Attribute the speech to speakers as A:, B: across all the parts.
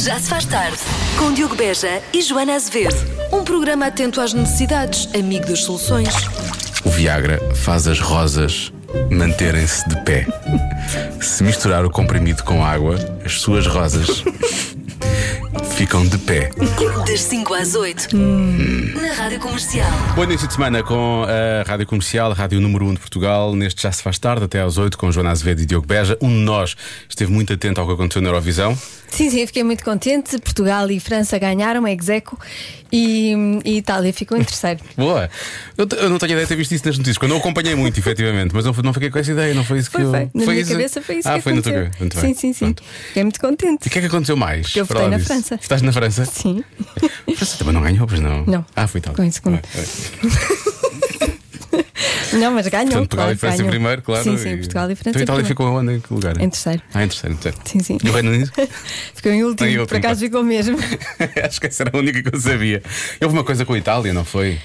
A: Já se faz tarde, com Diogo Beja e Joana Azevedo. Um programa atento às necessidades, amigo das soluções.
B: O Viagra faz as rosas manterem-se de pé. Se misturar o comprimido com água, as suas rosas ficam de pé.
A: Das 5 às 8, na Rádio Comercial.
B: Bom início de semana com a Rádio Comercial, a Rádio Número 1 de Portugal. Neste Já Se Faz Tarde, até às 8, com Joana Azevedo e Diogo Beja. Um de nós esteve muito atento ao que aconteceu na Eurovisão.
C: Sim, sim, fiquei muito contente. Portugal e França ganharam, ex aequo, e, e Itália ficou em terceiro.
B: Boa! Eu, te- eu não tenho ideia de ter visto isso nas notícias, quando eu acompanhei muito, efetivamente, mas eu não fiquei com essa ideia, não foi isso
C: Foi,
B: que eu.
C: foi. Na minha
B: isso?
C: cabeça foi isso
B: ah,
C: que
B: foi na tua
C: aconteceu.
B: cabeça. Muito
C: sim,
B: bem.
C: sim, sim.
B: Pronto.
C: Fiquei muito
B: E
C: contente.
B: o que é que aconteceu mais?
C: Eu
B: para
C: votei
B: lá
C: na
B: disso?
C: França.
B: Estás na França?
C: Sim.
B: A França também não ganhou, pois não?
C: Não.
B: Ah, foi tal.
C: Ficou em segundo. Não, mas ganham.
B: Portanto, Portugal
C: claro,
B: e França em
C: ganham.
B: primeiro, claro.
C: Sim, sim,
B: e-
C: Portugal e França.
B: Então a Itália
C: primeiro.
B: ficou aonde? Em que lugar?
C: Em terceiro.
B: Ah, em terceiro, em terceiro.
C: Sim, sim.
B: E o Reino Unido?
C: Ficou em último,
B: Em
C: por
B: último,
C: acaso
B: pá.
C: ficou mesmo.
B: Acho que essa era a única que eu sabia. Houve uma coisa com a Itália, não foi?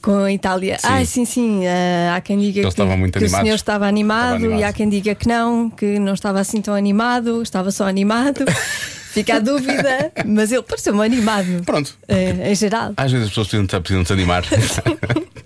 C: Com a Itália. Ah, sim, sim. ah, há quem diga
B: Eles
C: que,
B: estavam muito
C: que o
B: animados.
C: senhor estava animado,
B: Estava animado.
C: e há quem diga que não, que não estava assim tão animado, estava só animado. Fica a dúvida, mas ele pareceu-me animado.
B: Pronto.
C: eh, em geral.
B: Às vezes as pessoas precisam, precisam se animar.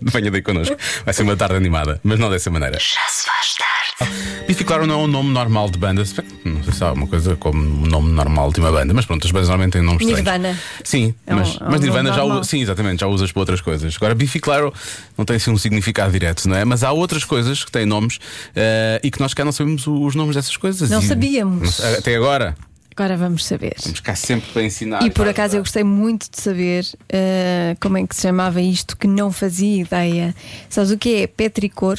B: Venha daí connosco. Vai ser uma tarde animada, mas não dessa maneira.
A: Já se faz tarde,
B: Biffy Clyro não é um nome normal de banda. Se bem que Não sei se há alguma coisa como um nome normal de uma banda, mas pronto, as bandas normalmente têm nomes estranhos.
C: Nirvana.
B: Sim,
C: É um-
B: mas,
C: é um
B: mas Nirvana
C: nome
B: já
C: normal.
B: usa. Sim, exatamente, já usas para outras coisas. Agora, Biffy Clyro não tem assim um significado direto, não é? Mas há outras coisas que têm nomes eh, e que nós cá não sabemos o- os nomes dessas coisas.
C: Não
B: E-
C: sabíamos.
B: Não- Até agora.
C: Agora vamos saber.
B: Estamos cá sempre para ensinar.
C: E por acaso eu gostei muito de saber eh, como é que se chamava isto, que não fazia ideia. Sabes o que é? Petricor?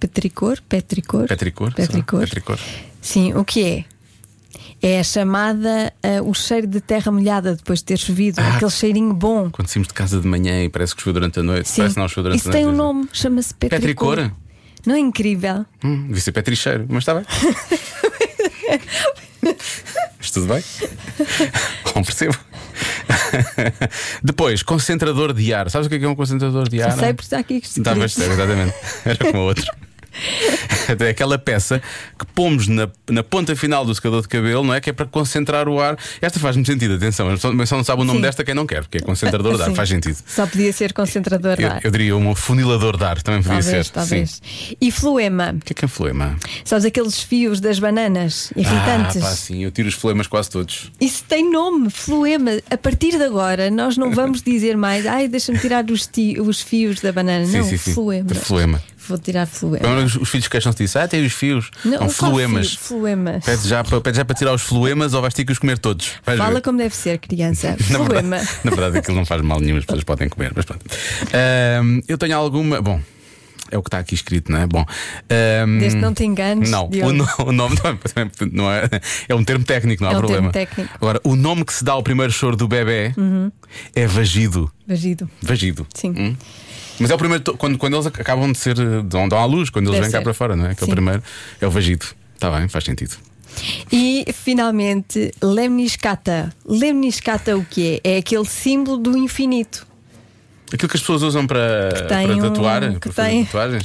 C: Petricor? Petricor?
B: Petricor. será?
C: Petricor.
B: Petricor.
C: Sim, o que é? É a chamada eh, o cheiro de terra molhada depois de ter chovido,
B: Ah.
C: aquele cheirinho bom.
B: Quando saímos de casa de manhã e parece que choveu durante a noite.
C: Sim.
B: Parece que não choveu durante
C: Isso
B: a noite.
C: tem um nome, chama-se petricor.
B: Petricor?
C: Não é incrível?
B: Hum, devia ser Petricheiro, mas está bem. mas tudo bem? Não percebo. Depois, concentrador de ar. Sabes o que é que é um concentrador de ar?
C: Não sei porque está aqui escrito.
B: Tá, mas sério, exatamente. Era como outro. É aquela peça que pomos na, na ponta final do secador de cabelo, não é? Que é para concentrar o ar. Esta faz muito sentido, atenção. Mas só- mas só não sabe o nome
C: Sim.
B: desta quem não quer, porque é concentrador de ar,
C: Sim.
B: faz sentido.
C: Só podia ser concentrador de
B: Eu,
C: ar.
B: eu diria um funilador de ar, também podia ser.
C: Talvez,
B: Sim.
C: talvez. E floema.
B: O que é que é flema?
C: Sabes aqueles fios das bananas
B: Ah,
C: irritantes?
B: pá, sim, eu tiro os flemas quase todos.
C: Isso tem nome, floema. A partir de agora, nós não vamos dizer mais, ai, deixa-me tirar os, ti- os fios da banana.
B: Sim,
C: não,
B: sim, sim.
C: floema.
B: Floema.
C: Vou tirar floema.
B: Agora Os, os filhos queixam-se disso. Ah, tem os fios.
C: Não,
B: São
C: qual
B: floemas.
C: fio? Floemas.
B: Pede já, para, pede já para tirar os floemas ou vais ter que os comer todos. Vais
C: Fala
B: ver.
C: como deve ser, criança.
B: Na verdade,
C: Floema.
B: na verdade, aquilo não faz mal nenhum, as pessoas podem comer, mas pronto. Ahm, eu tenho alguma. Bom, é o que está aqui escrito, não é? Bom. ahm,
C: Desde que não te enganes,
B: Hum. Não,
C: Diogo.
B: o, no- o nome não é, não é. É um termo técnico, não há
C: É um termo
B: problema.
C: técnico. Uhum.
B: Agora, o nome que se dá ao primeiro choro do bebê é vagido.
C: Vagido.
B: Vagido.
C: Sim.
B: Hum? Mas é o primeiro. to- Quando, quando eles ac- acabam de ser. eh, dão, dão à luz, quando eles
C: Deve
B: vêm cá
C: ser.
B: para fora, não é? Aquele
C: Sim.
B: primeiro é o vagido. Está bem, faz sentido.
C: E finalmente, lemniscata. Lemniscata o que é? É aquele símbolo do infinito.
B: Aquilo que as pessoas usam para,
C: tem
B: para
C: um-
B: tatuar,
C: que
B: para fazer
C: tem-
B: tatuagens.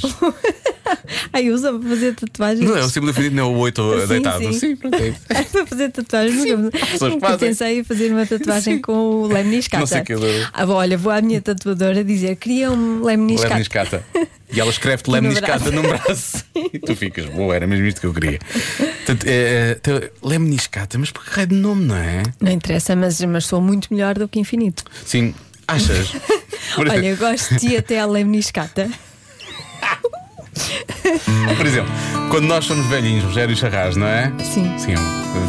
C: Ai, usa para fazer tatuagens.
B: Não é o símbolo infinito, não é o oito
C: Sim,
B: deitado.
C: sim.
B: pronto, é isso.
C: Ai, para fazer tatuagens nunca,
B: pessoas
C: nunca
B: fazem.
C: pensei em fazer uma tatuagem
B: Sim.
C: com o lemniscata.
B: Não sei é aquilo.
C: Ah, bom, olha, vou à minha tatuadora dizer: queria um lemniscata.
B: Lemniscata. E ela escreve-te lemniscata num braço. E tu ficas, boa, era mesmo isto que eu queria. Portanto, é, é, te- lemniscata, mas porque raio de nome, não é?
C: Não interessa, mas, mas sou muito melhor do que infinito.
B: Sim, achas? Por-
C: Olha, eu gosto de ir até à lemniscata.
B: Por exemplo, quando nós somos velhinhos, Rogério Charras, não é?
C: Sim.
B: Sim, eu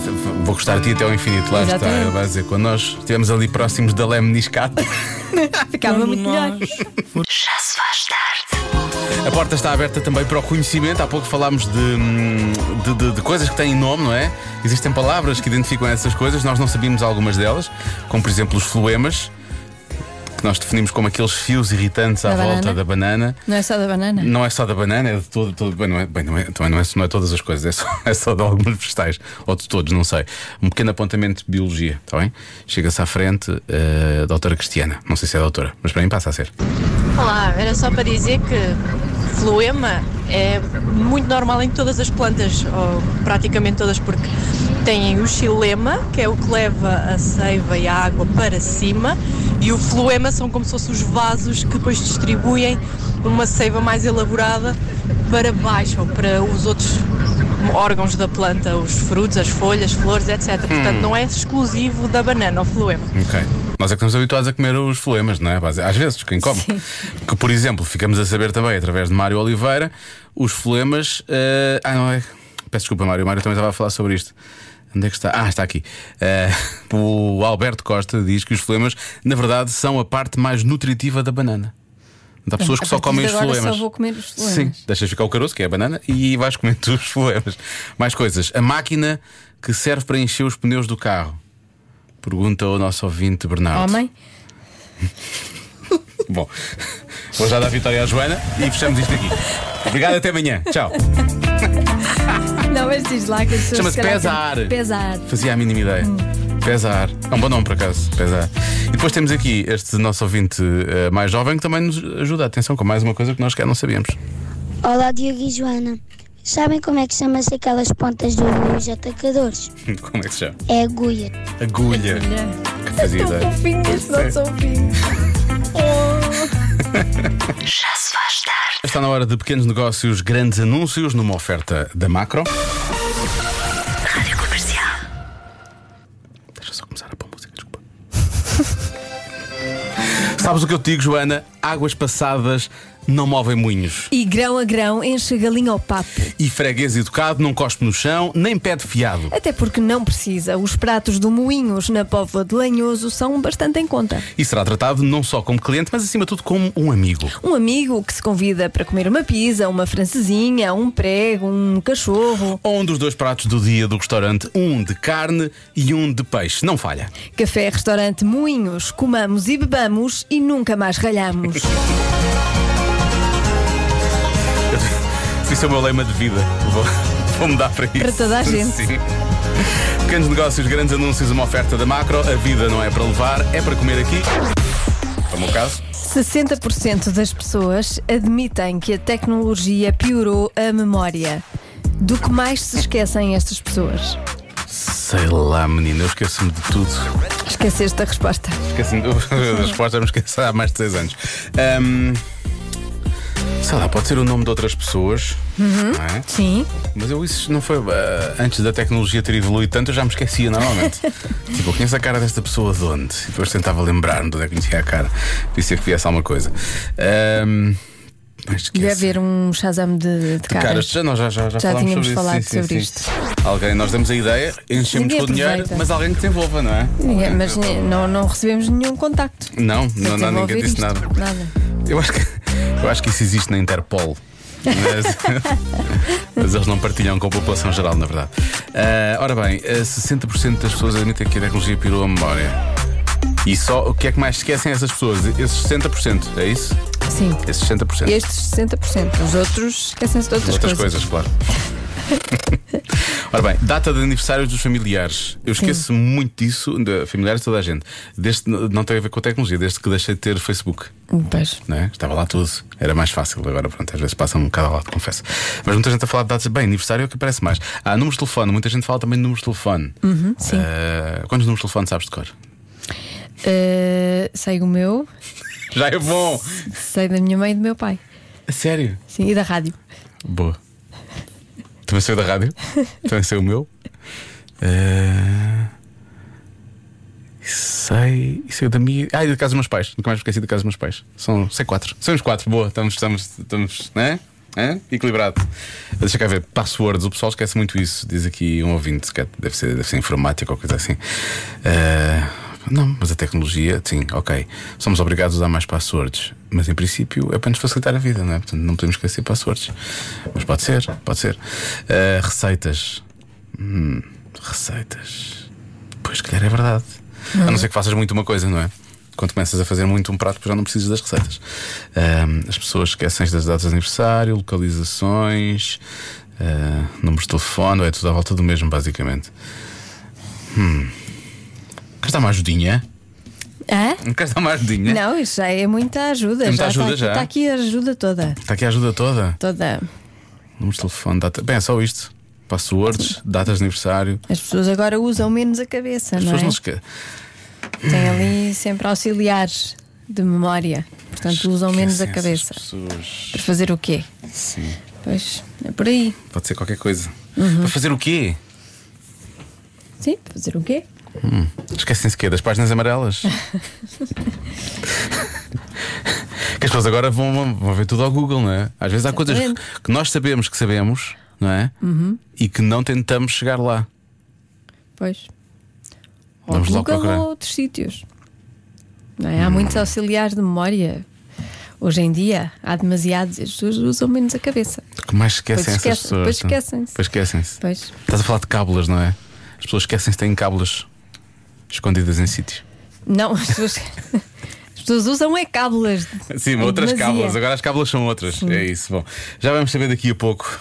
B: vou gostar de ti até ao infinito, lá está.
C: Exatamente.
B: Ele vai dizer, quando nós estivemos ali próximos da lemniscata,
C: Ficava muito melhor.
A: já se faz tarde,
B: a porta está aberta também para o conhecimento. Há pouco falámos de, hum, de, de- de coisas que têm nome, não é? Existem palavras que identificam essas coisas, nós não sabíamos algumas delas, como por exemplo os floemas, que nós definimos como aqueles fios irritantes à
C: Da
B: volta
C: banana.
B: da banana.
C: Não é só da banana?
B: Não é só da banana, é de todo. todo bem, não é, bem, não é, também não, é, não é todas as coisas, é só, é só de alguns vegetais, ou de todos, não sei. Um pequeno apontamento de biologia, está bem? Chega-se à frente eh, a doutora Cristiana. Não sei se é doutora, mas para mim passa a ser.
D: Olá, era só para dizer que floema é muito normal em todas as plantas, ou praticamente todas, porque Têm o xilema, que é o que leva a seiva e a água para cima, e o fluema são como se fossem os vasos que depois distribuem uma seiva mais elaborada para baixo, ou para os outros órgãos da planta, os frutos, as folhas, flores, etc. Portanto, não é exclusivo da banana, o fluema.
B: Ok. Nós é que estamos habituados a comer os fluemas, não é? Basi- Às vezes, quem come. Que, por exemplo, ficamos a saber também, através de Mário Oliveira, os fluemas. eh, Ah, não é? Peço desculpa, Mário. Mário também estava a falar sobre isto. Onde é que está? Ah, está aqui. Eh, o Alberto Costa diz que os fluemas, na verdade, são a parte mais nutritiva da banana. Portanto, Há pessoas
C: a
B: que só
C: partir
B: comem
C: de
B: os
C: agora só
B: fluemas.
C: vou comer os fluemas.
B: Sim, deixas ficar o caroço, que é a banana, e vais comendo os fluemas. Mais coisas. A máquina que serve para encher os pneus do carro. Pergunta ao nosso ouvinte Bernardo.
C: Homem?
B: Bom, vou já dar a vitória à Joana e fechamos isto aqui. Obrigado, até amanhã. Tchau.
C: Não, mas diz lá que as pessoas.
B: Chama-se
C: se calhar,
B: pesar.
C: têm- Pesar.
B: Fazia a mínima ideia. Pesar. É um bom nome, por acaso. Pesar. E depois temos aqui este nosso ouvinte eh, mais jovem que também nos ajuda. Atenção, com mais uma coisa que nós cá não sabíamos.
E: Olá, Diogo e Joana. Sabem como é que chama-se aquelas pontas dos atacadores?
B: Como é que se chama?
E: É agulha.
B: Agulha. Que fazia
C: Tão
B: ideia. é.
C: fofinhos, não são fofinhos.
A: Já se faz tarde.
B: Está na hora de pequenos negócios, grandes anúncios numa oferta da Macro.
A: Rádio Comercial.
B: Deixa eu só começar a pôr música, desculpa. Sabes o que eu te digo, Joana? Águas passadas não movem moinhos.
C: E grão a grão enche a galinha ao papo.
B: E freguês educado não cospe no chão, nem pede fiado.
C: Até porque não precisa. Os pratos do Moinhos na Póvoa de Lanhoso são bastante em conta.
B: E será tratado não só como cliente, mas acima de tudo como um amigo.
C: Um amigo que se convida para comer uma pizza, uma francesinha, um prego, um cachorro,
B: Ou um dos dois pratos do dia do restaurante, um de carne e um de peixe. Não falha.
C: café, restaurante Moinhos, comamos e bebamos e nunca mais ralhamos.
B: Se isso é o meu lema de vida, vou, vou mudar para isso.
C: Para toda a gente.
B: Sim. Pequenos negócios, grandes anúncios, uma oferta da Macro. A vida não é para levar, é para comer aqui. É o meu caso.
C: 60% das pessoas admitem que a tecnologia piorou a memória. Do que mais se esquecem estas pessoas?
B: Sei lá, menina, eu esqueço-me de tudo.
C: Esqueceste a resposta.
B: Esqueço-me da resposta, me esqueço há mais de 6 anos. Ahm, sei lá, pode ser o nome de outras pessoas,
C: Uhum.
B: não é?
C: Sim.
B: Mas eu isso não foi. ah, antes da tecnologia ter evoluído tanto, eu já me esquecia normalmente. tipo, eu conheço a cara desta pessoa de onde? E depois tentava lembrar-me de onde é que conhecia a cara. Podia ser que viesse alguma coisa. Ahm, mas esquece.
C: Deve haver um Shazam de, de
B: Caras,
C: caras.
B: já, nós já, já, já,
C: Já
B: falámos
C: tínhamos
B: sobre
C: falado
B: isso. Sim, sim,
C: sobre
B: sim. Alguém, nós demos a ideia, enchemos
C: Ninguém
B: com o dinheiro,
C: aproveita.
B: mas alguém que te envolva, não é?
C: Ninguém- Mas ne- não, não recebemos nenhum contacto.
B: Não,
C: para
B: não, não ninguém
C: desenvolver
B: disse
C: isto.
B: nada. Eu acho, que, eu acho que isso existe na Interpol. Mas, mas eles não partilham com a população geral, na verdade. Ah, ora bem, ah, 60% das pessoas admitem que a tecnologia pirou a memória. E só o que é que mais esquecem essas pessoas? Esses 60%, é isso?
C: Sim.
B: Esses 60%.
C: Estes 60%. Os outros esquecem-se de outras,
B: Outras
C: coisas.
B: coisas, claro. Ora bem, data de aniversários dos familiares. Eu esqueço muito disso, de familiares de toda a gente. Desde, não tem a ver com a tecnologia, desde que deixei de ter Facebook
C: Hum, Pois.
B: não é? Estava lá tudo. Era mais fácil. Agora, pronto, às vezes passa um bocado ao lado, confesso. Mas muita gente a falar de datas. Bem, aniversário é o que aparece mais. Há números de telefone. Muita gente fala também de números de telefone.
C: sim.
B: Eh, quantos números de telefone sabes de cor?
C: Eh, sei o meu,
B: Já é bom!
C: sei da minha mãe e do meu pai.
B: A sério?
C: Sim, e da rádio.
B: Boa. Também saiu da rádio? Também saiu o meu? Eh, Sei. Isso é da minha. Ah, e da casa dos meus pais. Nunca mais esqueci da casa dos meus pais. São. Sei quatro. São os quatro. Boa. Estamos. Estamos. Estamos. Né? Hã? Equilibrado. Deixa cá ver. Passwords. O pessoal esquece muito isso. Diz aqui um ouvinte. se calhar Deve ser, deve ser informático ou coisa assim. Eh, Não, mas a tecnologia, sim, ok. Somos obrigados a usar mais passwords. Mas em princípio é para nos facilitar a vida, não é? Portanto, não podemos esquecer passwords. Mas pode ser, pode ser. Eh, receitas. Hum, receitas. Pois, se calhar é verdade. A não ser que faças muito uma coisa, não é? Quando começas a fazer muito um prato, depois já não precisas das receitas. Ahm, as pessoas esquecem das datas de aniversário, localizações, ah, números de telefone, é tudo à volta do mesmo, basicamente. Hum. Queres dar uma ajudinha?
C: Hã?
B: Queres dar uma ajudinha?
C: É? Não, isso já é muita ajuda.
B: muita
C: já
B: ajuda,
C: está, aqui-
B: já?
C: está aqui a ajuda toda.
B: Está aqui a ajuda toda.
C: Toda.
B: Números de telefone, data. Bem, é só isto. passwords, datas de aniversário.
C: As pessoas agora usam menos a cabeça,
B: As
C: não
B: pessoas
C: é?
B: não se esquecem.
C: Têm ali sempre auxiliares de memória. Portanto, usam menos a
B: Esquecem as
C: cabeça.
B: pessoas.
C: Para fazer o quê?
B: Sim.
C: Pois, é por aí.
B: Pode ser qualquer coisa.
C: Uhum.
B: Para fazer o quê?
C: Sim, fazer o quê?
B: Esquecem-se que é das páginas amarelas. que as pessoas agora vão, vão ver tudo ao Google, não é? Às vezes há coisas
C: Exatamente. Uhum.
B: que nós sabemos que sabemos, não é? E que não tentamos chegar lá.
C: Pois. Ou
B: Vamos logo
C: Google
B: procurar. Hum.
C: ou outros sítios. Não é? Há muitos auxiliares de memória. Hoje em dia há demasiados, as pessoas usam menos a cabeça.
B: O que mais esquecem
C: Pois
B: essas
C: esquecem-
B: pessoas?
C: pois
B: então?
C: esquecem-se.
B: Pois esquecem-se.
C: Pois.
B: Estás a falar de cábulas, não é? As pessoas esquecem-se que têm cábulas escondidas em sítios.
C: Não, as pessoas, as pessoas usam é cábulas.
B: Sim,
C: Em
B: outras
C: demasia.
B: cábulas. Agora as cábulas são outras. É isso. Bom, já vamos saber daqui a pouco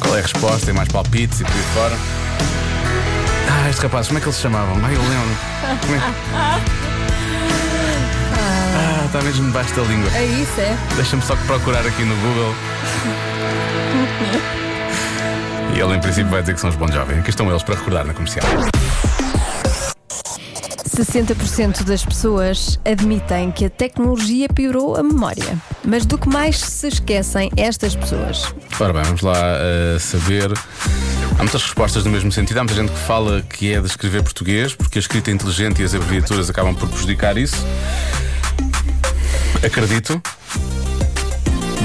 B: qual é a resposta. Tem mais palpites e por aí fora. Ah, este rapaz, como é que ele se chamava? Ai, eu lembro. Como é que- Ah, está mesmo debaixo da língua.
C: É isso, é.
B: Deixa-me só procurar aqui no Google. E ele, em princípio, vai dizer que são os bons jovens. Aqui estão eles para recordar na comercial.
C: 60% das pessoas admitem que a tecnologia piorou a memória. Mas do que mais se esquecem estas pessoas?
B: Ora bem, vamos lá eh, saber. Há muitas respostas no mesmo sentido. Há muita gente que fala que é de escrever português, porque a escrita é inteligente e as abreviaturas acabam por prejudicar isso. Acredito.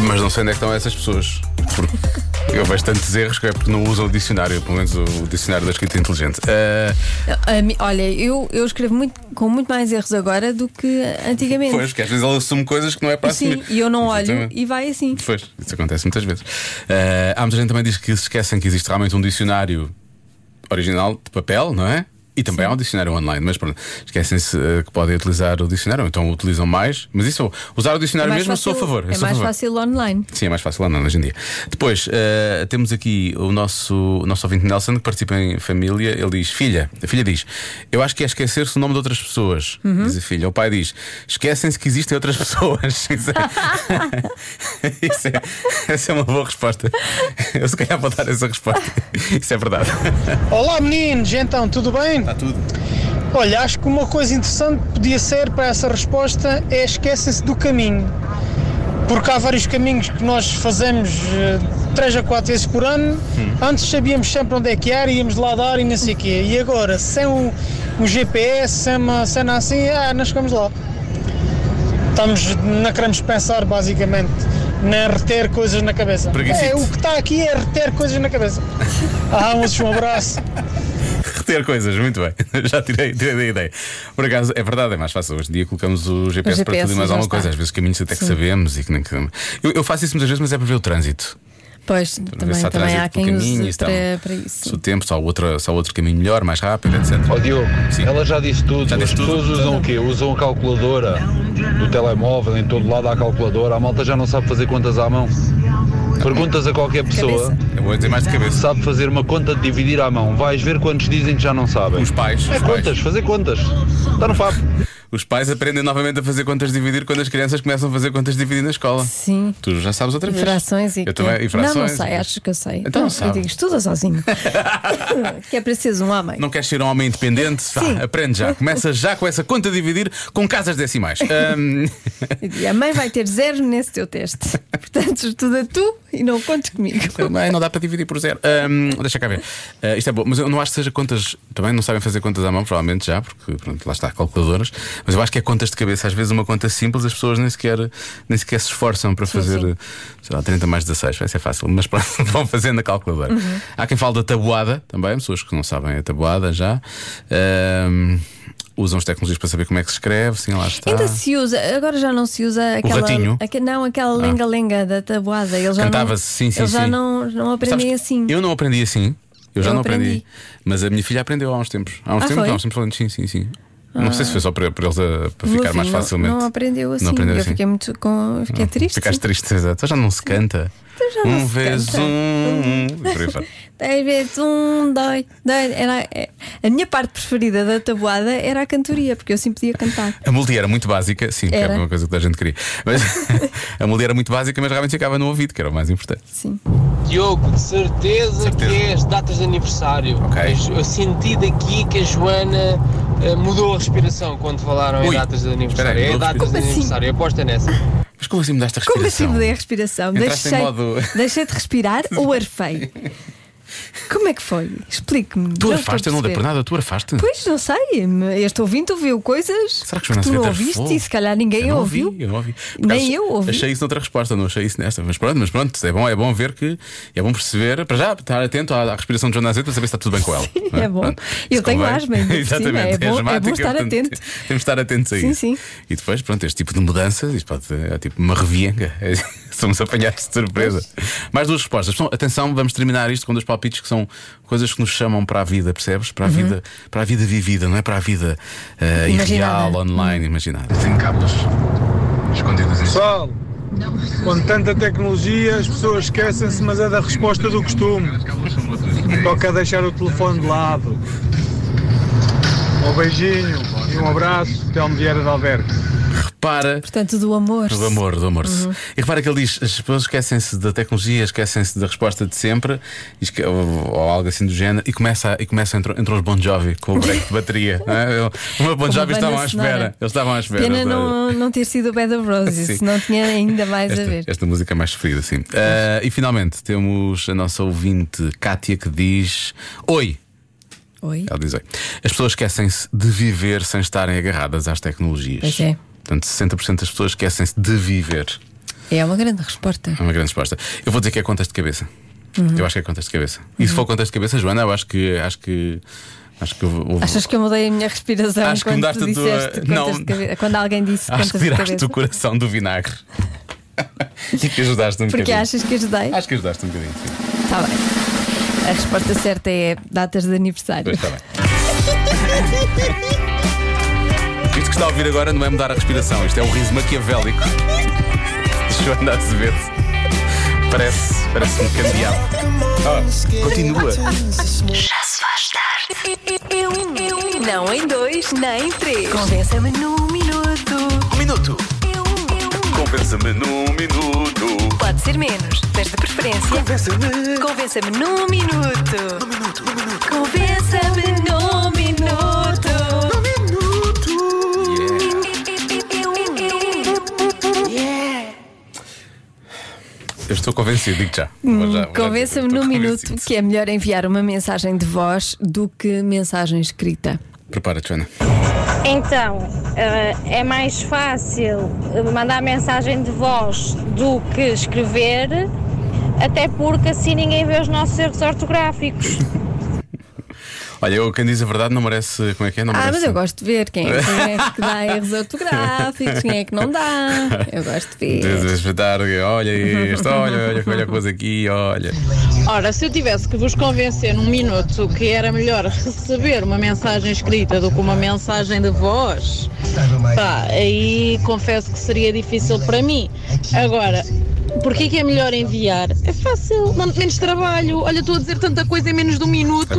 B: Mas não sei onde é que estão essas pessoas. Porque eu vejo tantos erros que é porque não usam o dicionário, pelo menos o, o dicionário da escrita inteligente. Eh,
C: A mi- olha, eu, eu escrevo muito, com muito mais erros agora do que antigamente.
B: pois, que às vezes ele assume coisas que não é para
C: Sim,
B: assumir.
C: e eu não olho
B: Exatamente.
C: e vai assim.
B: Pois, isso acontece muitas vezes. Eh, há muita gente que também diz que se esquecem que existe realmente um dicionário original de papel, não é? E também há um dicionário online, mas pronto, esquecem-se eh, que podem utilizar o dicionário, ou então o utilizam mais. Mas isso, usar o dicionário
C: mais
B: mesmo, sou a
C: fácil-
B: favor. eu
C: É
B: sou a
C: mais
B: favor.
C: fácil online.
B: Sim, é mais fácil lá, não, hoje em dia. Depois, eh, temos aqui o nosso, o nosso ouvinte Nelson, que participa em família. Ele diz: Filha, a filha diz, eu acho que é esquecer-se o nome de outras pessoas. Diz a filha. O pai diz: Esquecem-se que existem outras pessoas. Isso é, isso é- essa é uma boa resposta. Eu se calhar vou dar essa resposta. Isso é verdade.
F: Olá meninos, então tudo bem?
B: Está tudo.
F: Olha, acho que uma coisa interessante podia ser para essa resposta é esquecem-se do caminho. Porque há vários caminhos que nós fazemos eh, três a quatro vezes por ano. Antes sabíamos sempre onde é que era, íamos lá dar e não sei o quê. E agora, sem um, o, o GPS, sem uma cena assim, ah, nós chegamos lá. Estamos, não queremos pensar basicamente, nem reter coisas na cabeça.
B: Preguicite.
F: É, o que está aqui é reter coisas na cabeça. Ah, moços, um abraço.
B: Reter coisas, muito bem. Já tirei, tirei da ideia. Por acaso, é verdade, é mais fácil. Hoje em dia colocamos o GPS,
C: O
B: para tudo e
C: GPS
B: mais
C: já
B: alguma
C: está.
B: coisa. Às vezes caminhos até que sabemos e que nem que. Eu, eu faço isso muitas vezes, mas é para ver o trânsito.
C: Pois,
B: Para ver se há
C: também, também
B: trânsito um
C: há
B: pelo
C: quem
B: caminho,
C: use
B: se há-
C: para, para
B: Se o
C: isso.
B: tempo, se há, outra, se há outro caminho melhor, mais rápido, etc.
G: Ó Diogo,
B: Sim.
G: ela já disse tudo.
B: Já disse
G: As pessoas
B: tudo.
G: usam o quê? Usam a calculadora do telemóvel, em todo lado há a calculadora. A malta já não sabe fazer contas à mão. Perguntas a qualquer pessoa,
C: Cabeça.
B: Eu vou dizer mais de cabeça.
G: sabe fazer uma conta de dividir à mão. Vais ver quantos dizem que já não sabem.
B: Os pais, os
G: É contas,
B: pais,
G: fazer contas. Está no papo.
B: os pais aprendem novamente a fazer contas de dividir quando as crianças começam a fazer contas de dividir na escola.
C: Sim.
B: Tu já sabes outra vez.
C: Frações e
B: eu também, e frações.
C: Não, não sei, acho que eu sei.
B: Então
C: não,
B: sabe.
C: eu digo, estuda sozinho. que é preciso um homem.
B: Não queres ser um homem independente? Vá,
C: Sim.
B: aprende já. Começa já com essa conta de dividir com casas decimais. Ahm,
C: Eu digo, a mãe vai ter zero nesse teu teste. Portanto, estuda tu e não contes comigo.
B: Também não dá para dividir por zero. Ahm, deixa cá ver. Ah, isto é bom, mas eu não acho que seja contas. Também não sabem fazer contas à mão, provavelmente já, porque pronto, lá está, calculadoras. Mas eu acho que é contas de cabeça. Às vezes, uma conta simples, as pessoas nem sequer, nem sequer se esforçam para fazer, ah, sei lá, 30 mais 16. Vai ser fácil, mas pronto, vão fazendo a calculadora. Há quem fale da tabuada também, pessoas que não sabem a tabuada já. Ahm, usam as tecnologias para saber como é que se escreve, sim, lá está.
C: Ainda se usa, agora já não se usa aquela.
B: tá. ratinho? Ah.
C: aque- não, aquela lenga-lenga da tabuada. Eles já não-
B: Cantava-se, sim, sim,
C: Eles já
B: sim.
C: não, não
B: Sabes
C: aprendem
B: que
C: assim.
B: Eu não aprendi assim. Eu já
C: Eu
B: não aprendi.
C: aprendi.
B: Mas a minha filha aprendeu há uns tempos. Há uns
C: Ah,
B: tempos,
C: foi?
B: há uns tempos falando, sim, sim, sim. Não sei se foi só para, para eles a- para ficar
C: No
B: mais
C: fim, não-
B: facilmente.
C: Não, aprendeu assim.
B: aprendeu
C: eu
B: assim.
C: fiquei muito com. Fiquei triste.
B: Ficaste triste, exato. Já não se canta.
C: Então já não
B: um
C: se
B: vez
C: canta. Uhum.
B: um. e por aí fora.
C: Dez vezes um, dois, dois. Era, é- a minha parte preferida da tabuada era a cantoria, porque eu sim podia cantar.
B: A melodia era muito básica, sim, que
C: Era.
B: era uma coisa que toda a gente queria. Mas a melodia era muito básica, mas realmente ficava no ouvido, que era o mais importante.
C: Sim.
G: Diogo, de certeza,
B: Certeza.
G: que é as datas de aniversário.
B: Ok.
G: Eu senti daqui que a Joana eh, mudou a respiração quando falaram
B: Ui.
G: em datas de aniversário.
B: Espera aí,
G: é
B: mudou a
G: datas de
C: respiração.
G: aniversário, aposta nessa.
B: Mas como assim mudaste a
C: Como assim
B: respiração?
C: mudei a respiração?
B: Entraste em
C: Deixei,
B: modo-
C: deixei de respirar ou arfei? Como é que foi? Explique-me.
B: Tu
C: Não
B: arafaste, eu
C: estou a
B: não dei por
C: perceber.
B: nada, tu arafaste.
C: Pois, não sei. Este ouvinte ouviu coisas
B: Será que
C: que,
B: Joana
C: tu não
B: Azevedo
C: ouviste
B: arfou?
C: e se calhar ninguém
B: Eu não
C: ouviu.
B: ouvi, eu não ouvi. Por
C: Nem
B: acaso,
C: eu ouvi.
B: Achei isso noutra resposta, não achei isso nesta. Mas pronto, mas pronto, é bom, é bom ver que é bom perceber, para já estar atento à, à respiração de Joana Azevedo para saber se está tudo bem com ela. não
C: é bom.
B: Pronto.
C: Eu
B: Se
C: tenho
B: convém.
C: asma, ainda por cima,
B: Exatamente,
C: é bom- é bom
B: asmática,
C: estar
B: portanto,
C: atento.
B: Temos de estar atentos a
C: Sim,
B: isso.
C: sim.
B: E depois, pronto, este tipo de mudanças, isto pode, é tipo uma revienga. Somos apanhados de surpresa. Mais duas respostas. Então, atenção, vamos terminar isto com dois palpites que são coisas que nos chamam para a vida, percebes?
C: Uhum.
B: Para a vida, para a vida vivida, não é para a vida eh,
C: Imaginada.
B: irreal, online,
C: Uhum.
B: imaginada.
F: Pessoal, com tanta tecnologia as pessoas esquecem-se, mas é da resposta do costume. Toca deixar o telefone de lado. Um beijinho e um abraço. Telmo Vieira de Alberto.
B: Repara.
C: Portanto, do amor.
B: Do amor, do amor.
C: Uhum.
B: E repara que ele diz: as pessoas esquecem-se da tecnologia, esquecem-se da resposta de sempre, e esque- ou, ou algo assim do género, e começa, e começa entre, entre os Bon Jovi com o break de bateria. não é? Eu- Os meus Bon
C: Como
B: Jovi
C: banda
B: estavam à
C: sonora.
B: espera. Eles estavam à espera.
C: Pena não, não ter sido o Bad of Roses, não tinha ainda mais
B: esta,
C: a ver.
B: esta música é mais sofrida, sim. Ah, e finalmente temos a nossa ouvinte Kátia que diz: Oi.
C: Oi?
B: Ela diz: "Oi." As pessoas esquecem-se de viver sem estarem agarradas às tecnologias.
C: Pois é.
B: Portanto, 60% das pessoas esquecem-se de viver.
C: É uma grande resposta.
B: É uma grande resposta. Eu vou dizer que é contas de cabeça. Eu acho que é contas de cabeça. E se for contas de cabeça, Joana, eu acho que acho que acho que houve-
C: Achas que eu mudei a minha respiração
B: Acho que
C: quando
B: mudaste
C: tu
B: a tua-
C: disseste
B: Não.
C: contas de cabeça? Quando alguém disse
B: acho que
C: contas de
B: tiraste
C: cabeça?
B: o coração do vinagre. e que ajudaste um
C: Porque
B: bocadinho.
C: achas que ajudei?
B: Acho que ajudaste um bocadinho. Sim.
C: Está bem. A resposta certa é datas de aniversário.
B: Pois está bem. Isto que está a ouvir agora não é mudar a respiração, isto é o riso maquiavélico de Joana Azevedo. Parece, parece um candeado. Ah, continua.
H: Já se faz tarde. Eu, eu, eu, não em dois, nem em três. Convença-me num minuto.
B: Um minuto.
H: Eu, eu,
B: Compensa-me num minuto.
H: pode ser menos, mas de preferência.
B: Convença-me.
H: Convença-me num minuto. Num minuto, num minuto. Convença-me num minuto. Num minuto.
B: Eu estou convencido, digo já. Vou já- vou já
C: Convença-me
B: dizer,
C: num
B: estou
C: minuto
B: convencido.
C: que é melhor enviar uma mensagem de voz do que mensagem escrita.
B: Prepara-te, Joana.
I: Então, eh, é mais fácil eh, mandar mensagem de voz do que escrever, até porque assim ninguém vê os nossos erros ortográficos.
B: Olha, eu, quem diz a verdade não merece. Como é que é? Não
C: Ah,
B: merece.
C: mas eu gosto de ver quem é, quem é que dá erros ortográficos, quem é que não dá. Eu gosto de
B: Deus,
C: ver.
B: Deus, verdade, olha isto, olha, olha, olha a coisa aqui, olha.
D: Ora, se eu tivesse que vos convencer num minuto que era melhor receber uma mensagem escrita do que uma mensagem de voz, pá, aí confesso que seria difícil para mim. Agora, porquê que é melhor enviar? É fácil, man- menos trabalho. Olha, estou a dizer tanta coisa em menos de um minuto
B: É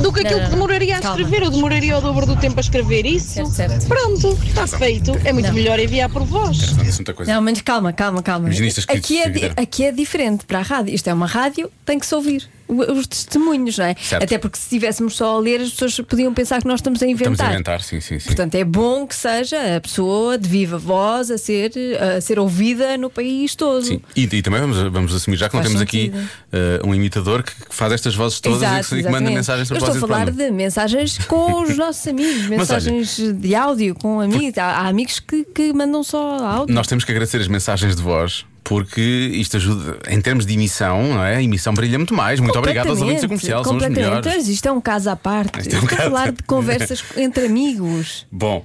D: do que aquilo que demoraria a
C: Calma.
D: escrever. Eu demoraria o dobro do tempo a escrever isso.
C: Certo, certo.
D: Pronto, está feito. É muito melhor enviar por voz.
B: Não, muita coisa.
C: Não, mas calma, calma, calma.
B: Imagina isto escrito,
C: Aqui é, di-
B: Guilherme.
C: aqui é diferente para a rádio. Isto é uma rádio, tem que se ouvir o- os testemunhos, não é?
B: Certo.
C: Até porque se estivéssemos só a ler, as pessoas podiam pensar que nós estamos a inventar.
B: Estamos a inventar, sim, sim, sim.
C: é Portanto, é bom que seja a pessoa de viva voz a ser, a ser ouvida no país todo.
B: Sim. E, e também vamos, vamos assumir, já que não
C: Faz
B: temos
C: sentido.
B: aqui eh, um imitador que, que faz estas vozes todas e que- e que, manda
C: exatamente.
B: mensagens
C: Eu
B: para
C: estou a
B: vocês. para
C: falar
B: mim.
C: de mensagens com os nossos amigos, mensagens de áudio com amigos. Há, há amigos que, que mandam só áudio.
B: Nós temos que agradecer as mensagens de voz. Porque isto ajuda, em termos de emissão, não é? A emissão brilha muito mais. Muito obrigado aos ouvintes da comercial, são os
C: Completamente.
B: melhores.
C: Mas Isto é um caso à parte.
B: Isto é um
C: Estou a
B: caso-
C: falar de conversas entre amigos.
B: Bom,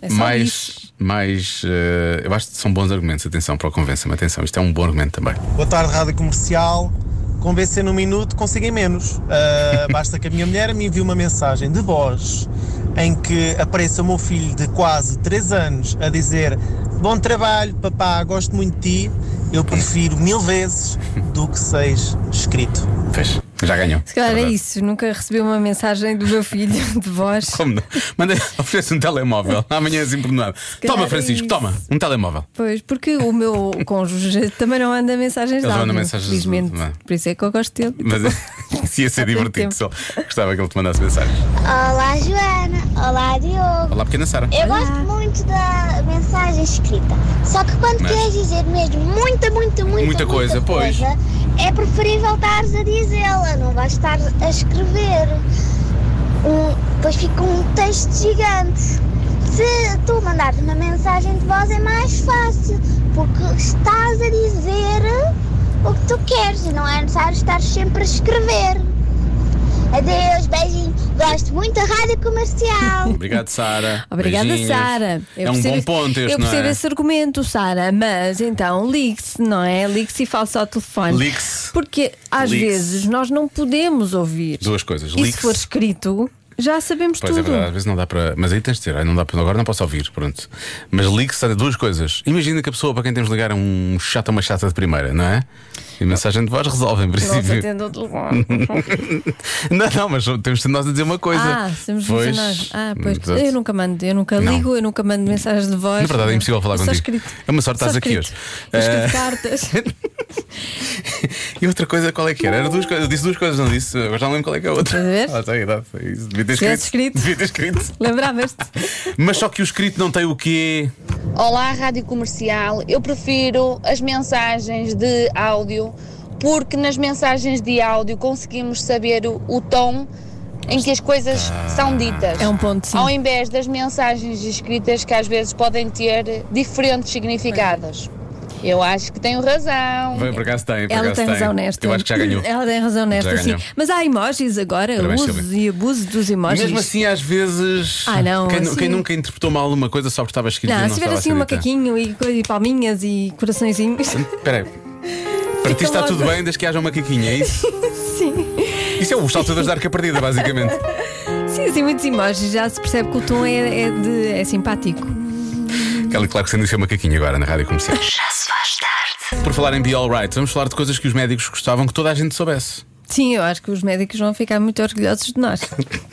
C: É só
B: mais,
C: isso.
B: mais eh, eu acho que são bons argumentos. Atenção para o convença-me, atenção, isto é um bom argumento também.
J: Boa tarde, Rádio Comercial. Com BC no minuto conseguem menos. Ah, basta que a minha mulher me envie uma mensagem de voz
K: em que apareça o meu filho de quase 3 anos a dizer bom trabalho, papá, gosto muito de ti, eu prefiro mil vezes do que seis escrito.
B: Fez. Já ganhou.
C: Se calhar é isso, nunca recebi uma mensagem do meu filho de voz.
B: Como não? Manda, oferece um telemóvel. Amanhã é assim por nada.
C: calhar
B: Toma,
C: é
B: Francisco,
C: isso.
B: toma. Um telemóvel.
C: Pois, porque o meu cônjuge também não manda
B: Ele
C: mensagens de
B: manda
C: áudio,
B: mensagens de-
C: felizmente.
B: não é?
C: Por isso é que eu gosto dele.
B: Mas é, ia ser divertido
E: tempo.
B: só. Gostava que ele te mandasse mensagem.
E: Olá, Joana. Olá, Diogo.
B: Olá, pequena Sara.
E: Eu gosto muito da mensagem escrita. Só que quando
B: Mas-
E: queres dizer mesmo muita, muita, muita,
B: Muita coisa, pois.
E: é preferível estares a dizê-la, não vais estar a escrever. Um, depois fica um texto gigante. Se tu mandares uma mensagem de voz é mais fácil, porque estás a dizer o que tu queres e não é necessário estar sempre a escrever. Adeus, beijinho. Gosto muito da rádio comercial.
B: Obrigado, Sara.
C: Obrigada,
B: Beijinhos.
C: Sara.
B: É um bom ponto este,
C: Eu
B: não
C: percebo
B: é?
C: esse argumento, Sara, mas então ligue-se, não é? Ligue-se e fale só ao telefone.
B: Ligue-se.
C: Porque às
B: Ligue-se.
C: vezes nós não podemos ouvir.
B: Duas coisas.
C: E se
B: Ligue-se.
C: for escrito, já sabemos
B: Pois é
C: tudo.
B: verdade, às vezes não dá para. Mas aí tens de dizer, "Ah, não dá para, agora não posso ouvir, pronto. Mas ligue-se a duas coisas. Imagina que a pessoa para quem temos de ligar é um chato ou uma chata de primeira, não é? E mensagem de voz resolve, em
C: Nós
B: princípio.
C: atendemos o telefone.
B: não, não, mas temos de ser nós a dizer uma coisa.
C: Ah, somos
B: é. Pois,
C: nós. Ah, pois.
B: portanto,
C: Eu nunca mando, eu nunca
B: Não.
C: ligo, eu nunca mando mensagens de voz.
B: Na verdade, é impossível falar
C: só
B: contigo.
C: Escrito.
B: É uma sorte
C: Só
B: estás aqui
C: escrito.
B: hoje.
C: Eu escrevo
B: Ah,
C: cartas.
B: e outra coisa, qual é que era? Era duas coisas, eu disse duas coisas, não disse? Agora já não lembro qual é que é a outra.
C: Estás a ver?
B: Ah, tá, é, tá, é isso. Devia ter
C: Tivesse
B: escrito.
C: escrito.
B: Devia ter escrito.
C: Lembravas-te?
B: Mas só que o escrito não tem o quê?
I: Olá, Rádio Comercial. Eu prefiro as mensagens de áudio, porque nas mensagens de áudio conseguimos saber o, o tom em que as coisas são ditas.
C: É um ponto, sim.
I: Ao invés das mensagens escritas que às vezes podem ter diferentes significados. Eu acho que tenho razão.
B: Bem, por acaso tem. por
C: Ela
B: acaso
C: tem razão nesta.
B: Eu acho que já ganhou.
C: Ela tem razão nesta,
B: Já
C: sim.
B: ganhou.
C: Mas há emojis agora,
B: Parabéns,
C: usos
B: Silvia.
C: e abusos dos emojis.
B: Mesmo assim, às vezes.
C: Ah, não,
B: quem, nu-
C: assim-
B: quem nunca interpretou mal uma coisa só porque estava escrito e
C: não,
B: não
C: se tiver
B: estava
C: assim
B: a
C: um
B: ser dita.
C: macaquinho e, coisa- e palminhas e coraçõezinhos.
B: Espera aí. Para ti
C: Fica
B: está
C: logo.
B: tudo bem desde que haja um macaquinho, é isso?
C: sim.
B: Isso é o saltadores da arca perdida, basicamente.
C: Sim, assim, muitos emojis. Já se percebe que o tom é, é de- é simpático.
B: Kelly Clarkson e o seu macaquinho agora na rádio comercial.
A: Já se faz tarde.
B: Por falar em Be Alright, vamos falar de coisas que os médicos gostavam que toda a gente soubesse.
C: Sim, eu acho que os médicos vão ficar muito orgulhosos de nós.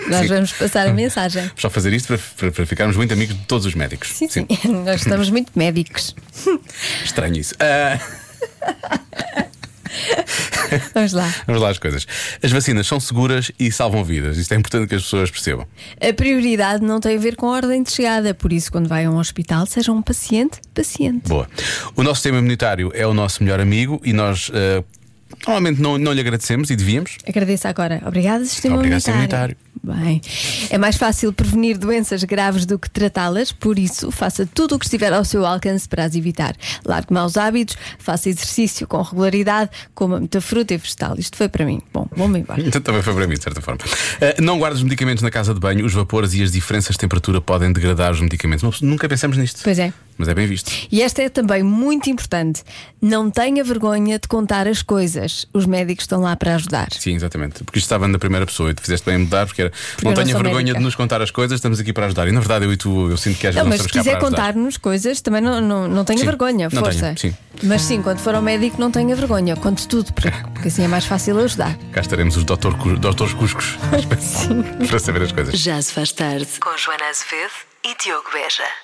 C: Nós vamos passar a mensagem.
B: Só fazer isto para, para- para ficarmos muito amigos de todos os médicos.
C: Sim, sim. Nós estamos muito médicos.
B: Estranho isso. Ah,
C: Vamos lá.
B: vamos lá às coisas. As vacinas são seguras e salvam vidas. Isto é importante que as pessoas percebam.
C: A prioridade não tem a ver com a ordem de chegada, por isso, quando vai a um hospital, seja um paciente, paciente.
B: Boa. O nosso sistema imunitário é o nosso melhor amigo e nós ah, normalmente não, não lhe agradecemos e devíamos.
C: Agradeço agora. Obrigada, sistema
B: Obrigado, sistema
C: imunitário. Bem, é mais fácil prevenir doenças graves do que tratá-las, por isso, faça tudo o que estiver ao seu alcance para as evitar. Largue maus hábitos, faça exercício com regularidade, coma muita fruta e vegetal. Isto foi para mim. Bom, vamos embora.
B: Então também foi para mim, de certa forma. Ah, não guardes os medicamentos na casa de banho, os vapores e as diferenças de temperatura podem degradar os medicamentos. Uma pessoa- Nunca pensamos nisto,
C: Pois é.
B: mas é bem visto.
C: E esta é também muito importante. Não tenha vergonha de contar as coisas. Os médicos estão lá para ajudar.
B: Sim, exatamente. Porque isto estava na primeira pessoa e tu fizeste bem em mudar, porque era
C: eu
B: não
C: não
B: tenha
C: sou
B: vergonha
C: médica.
B: de nos contar as coisas, estamos aqui para ajudar. E na verdade eu e tu, eu sinto que às
C: Não,
B: vezes nós
C: mas
B: estamos
C: se
B: cá
C: quiser
B: para ajudar.
C: contar-nos coisas, também não, não, não tenha
B: Sim,
C: vergonha,
B: não
C: força.
B: tenho, sim.
C: Mas sim, quando for ao médico, não tenha vergonha. Conte tudo, porque porque assim é mais fácil ajudar.
B: Cá estaremos os doutor, Cu- doutores Cuscos às vezes, para saber as coisas.
A: Já se faz tarde. Com Joana Azevedo e Diogo Beja.